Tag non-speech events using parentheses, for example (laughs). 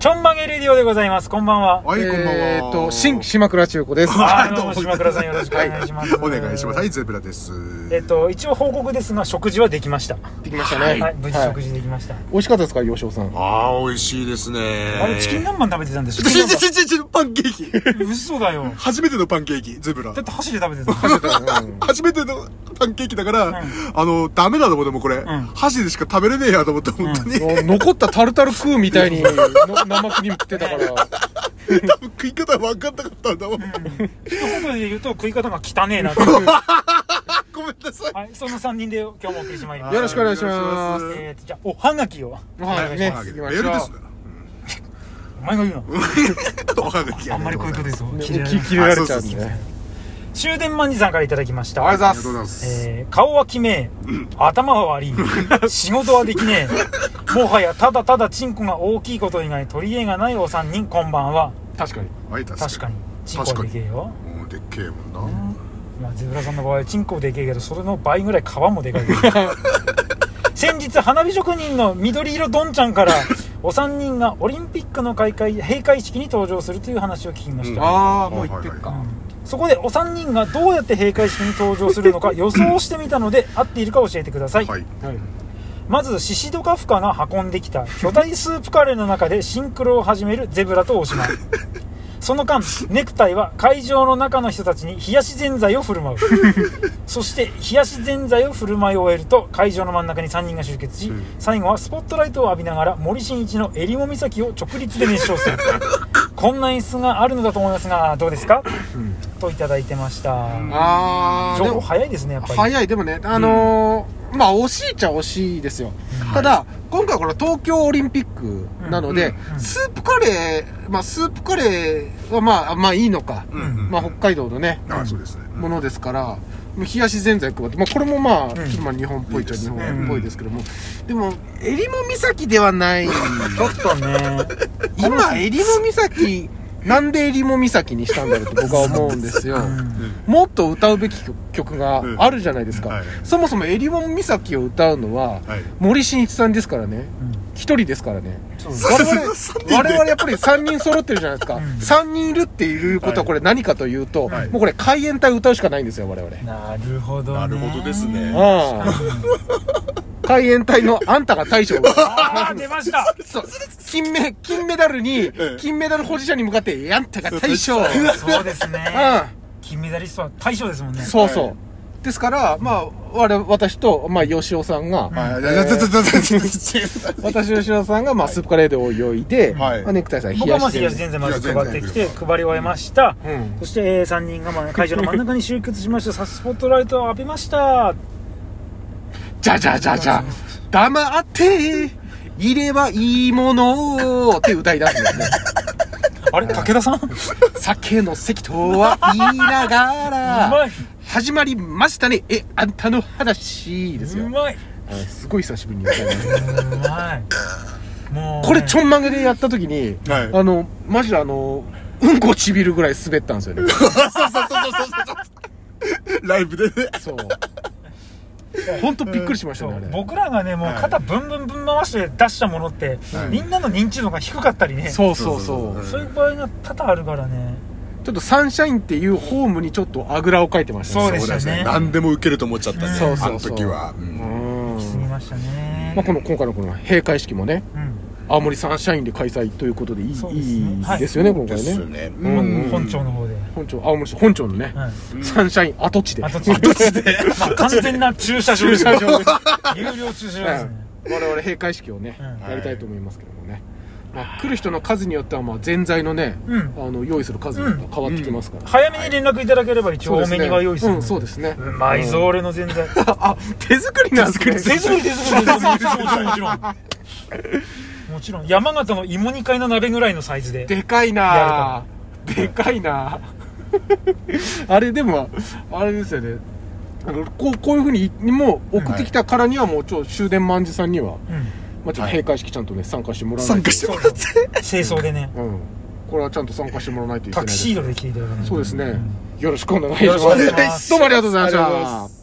ちょんまげレディオでございます。こんばんは。はい、こんばんは。えーっと、新島倉千代子です。あはいどうも島倉さんよろしくお願いしますはお願いします。はい、ゼブラです。えっと、一応報告ですが、食事はできました。できましたね。はい、無事食事できました。美味しかったですか、洋翔さん。ああ、美味しいですね。あれ、チキン南蛮食べてたんでし (laughs) ちょちょょちょちょちょパンケーキ。 (laughs) 嘘だよ。初めてのパンケーキ、ゼブラだっ。て箸で食べてた。うん初めてのパンケーキだから、んあの、ダメだと思って、もうこれ、ん箸でしか食べれねえやと思って、本当に。残ったタルタル食うみたいにの生クリーム食ってたから。多分食い方分かんなかったんだもん。一言で言うと食い方が汚ねえなって。ごめんなさい。はい、その3人で今日もお送りしてまいります。よろしくお願いしまはえーと、じゃあ、おはがきを。はい、メね、行きましーょルうですね。お前が言うの。おはがきあんまりこういうことですよ。嫌いなね切切られちゃうんでね。終電マンジさんからいただきました。ありあがりとがとうごうござざいいますま。す。えー顔はきめえ、頭は悪い、仕事はできねえ、もはやただただチンコが大きいこと以外取り柄がないお三人、こんばんは。確かに。はい、確かに。確かに、チンコはでけえよ。うんでっけえもんな。まあ、ゼブラさんの場合、チンコでけえけど、それの倍ぐらい皮もでかいけ (laughs) ど。先日、花火職人の緑色どんちゃんから、お三人がオリンピックの開会、閉会式に登場するという話を聞きました。ああ、もう行ってっはか。そこでお三人がどうやって閉会式に登場するのか予想してみたので合っているか教えてください、はい。はい。まずシシドカフカが運んできた巨大スープカレーの中でシンクロを始めるゼブラと大島その間ネクタイは会場の中の人たちに冷やしぜんざいを振る舞うそして冷やしぜんざいを振る舞い終えると会場の真ん中に3人が集結し、最後はスポットライトを浴びながら森進一の襟裳岬を直立で熱唱するこんな演出があるのだと思いますがどうですか、といただいてましたああ、情で報も、早いですねやっぱり早い。でもね、あのー、まあ、惜しいっちゃ惜しいですよ。ただ、今回これ東京オリンピックなので、スープカレー、まあ、スープカレーはまあ、まあいいのか。うん。まあ、北海道のね、ああ、そうですね。ものですから、もう冷やしぜんざい配って、まあ、これもまあ、んちょっとまあ日本っぽいっちゃいいです日ね本っぽいですけども、でも襟裳岬ではないちょっとね今襟裳岬なんで襟裳岬にしたんだろうと僕は思うんですよ、もっと歌うべき曲があるじゃないですか、うんはいそもそも襟裳岬を歌うのは、はい森進一さんですからね一、人ですからねそう我々三人で我々やっぱり3人揃ってるじゃないですか、3人いるっていうことはこれ何かというと、はいもうこれ海援隊歌うしかないんですよ我々、なるほどねなるほどですね。ああ。海援隊のあんたが大将。あー出ましたそう金メ、金メダルにうん、金メダル保持者に向かって、あんたが大将。うん。そうですね金メダリストは大将ですもんねそうそう。ですから、まあ、我々、私と、まあ、吉尾さんが、はい、じゃあ、じゃあ、じゃあ、じゃあ、じゃあ、じゃあ私と吉尾さんが、まあ、スープカレーで泳いで、まはいあネクタイさん冷僕はやましずて。東全然まず配ってきて配り終えました、うんそして、え3人がまあ会場の真ん中に集結しましてさスポットライトを浴びましたじゃじゃじゃじゃ、黙って、いればいいものを、って歌い出すんですね。あれ武田さんう酒の席とは言いながら、まい始まりましたね。え、あんたの話ですうよ。まいあすごい久しぶりにやったよねうまいもうこれちょょんまげでやった時に、はいあの、マジであの、うんこちびるぐらい滑ったんですよね。ライブでね。 (laughs) そう。ほんとびっくりしましたね、あれ。僕らがねもう肩ブンブンブン回して出したものって、はいみんなの認知度が低かったりねそうそうそう。そういう場合が多々あるからねちょっとサンシャインっていうホームにちょっとあぐらをかいてましたそうでそうしたですね。ね何でも受けると思っちゃったね。そうそうあそうの時は。うんうんすみましたね、まあ、この今回のこの閉会式もね、うん青森サンシャインで開催ということでいいそうですねいいはいですよね、今で回すね。ね。うんうん本庁の方で、本庁、青森市本庁のね、 (laughs) はいサンシャイン跡地で。あと地で、まあ、完全な駐車場ですよ駐車場で有料駐車場ですね、我々閉会式をね、うんやりたいと思いますけどもね、まあ、来る人の数によってはまあ全財のね、うんあの用意する数が変わってきますから、早めに連絡いただければ一応多めには用意するうんそうですね、うまいぞ俺の全 (laughs) 然あ手作りなんですね手作り手作り手作りもちろんもちろんもちろん山形の芋煮会の鍋ぐらいのサイズででかいなでかいな (laughs) あれでもあれですよねあのこうこういうふうにもう送ってきたからにはもうちょ終電万事さんには、まあ、ちょっと閉会式ちゃんとね参加してもらわな参いと加してもらって。清掃でねうん、これはちゃんと参加してもらわないといけなタいキですシードで聞いていただかないとそうですね。よろしくお願いしよろしくお願いしまますす。どうもありがとうございましありがとうございたま。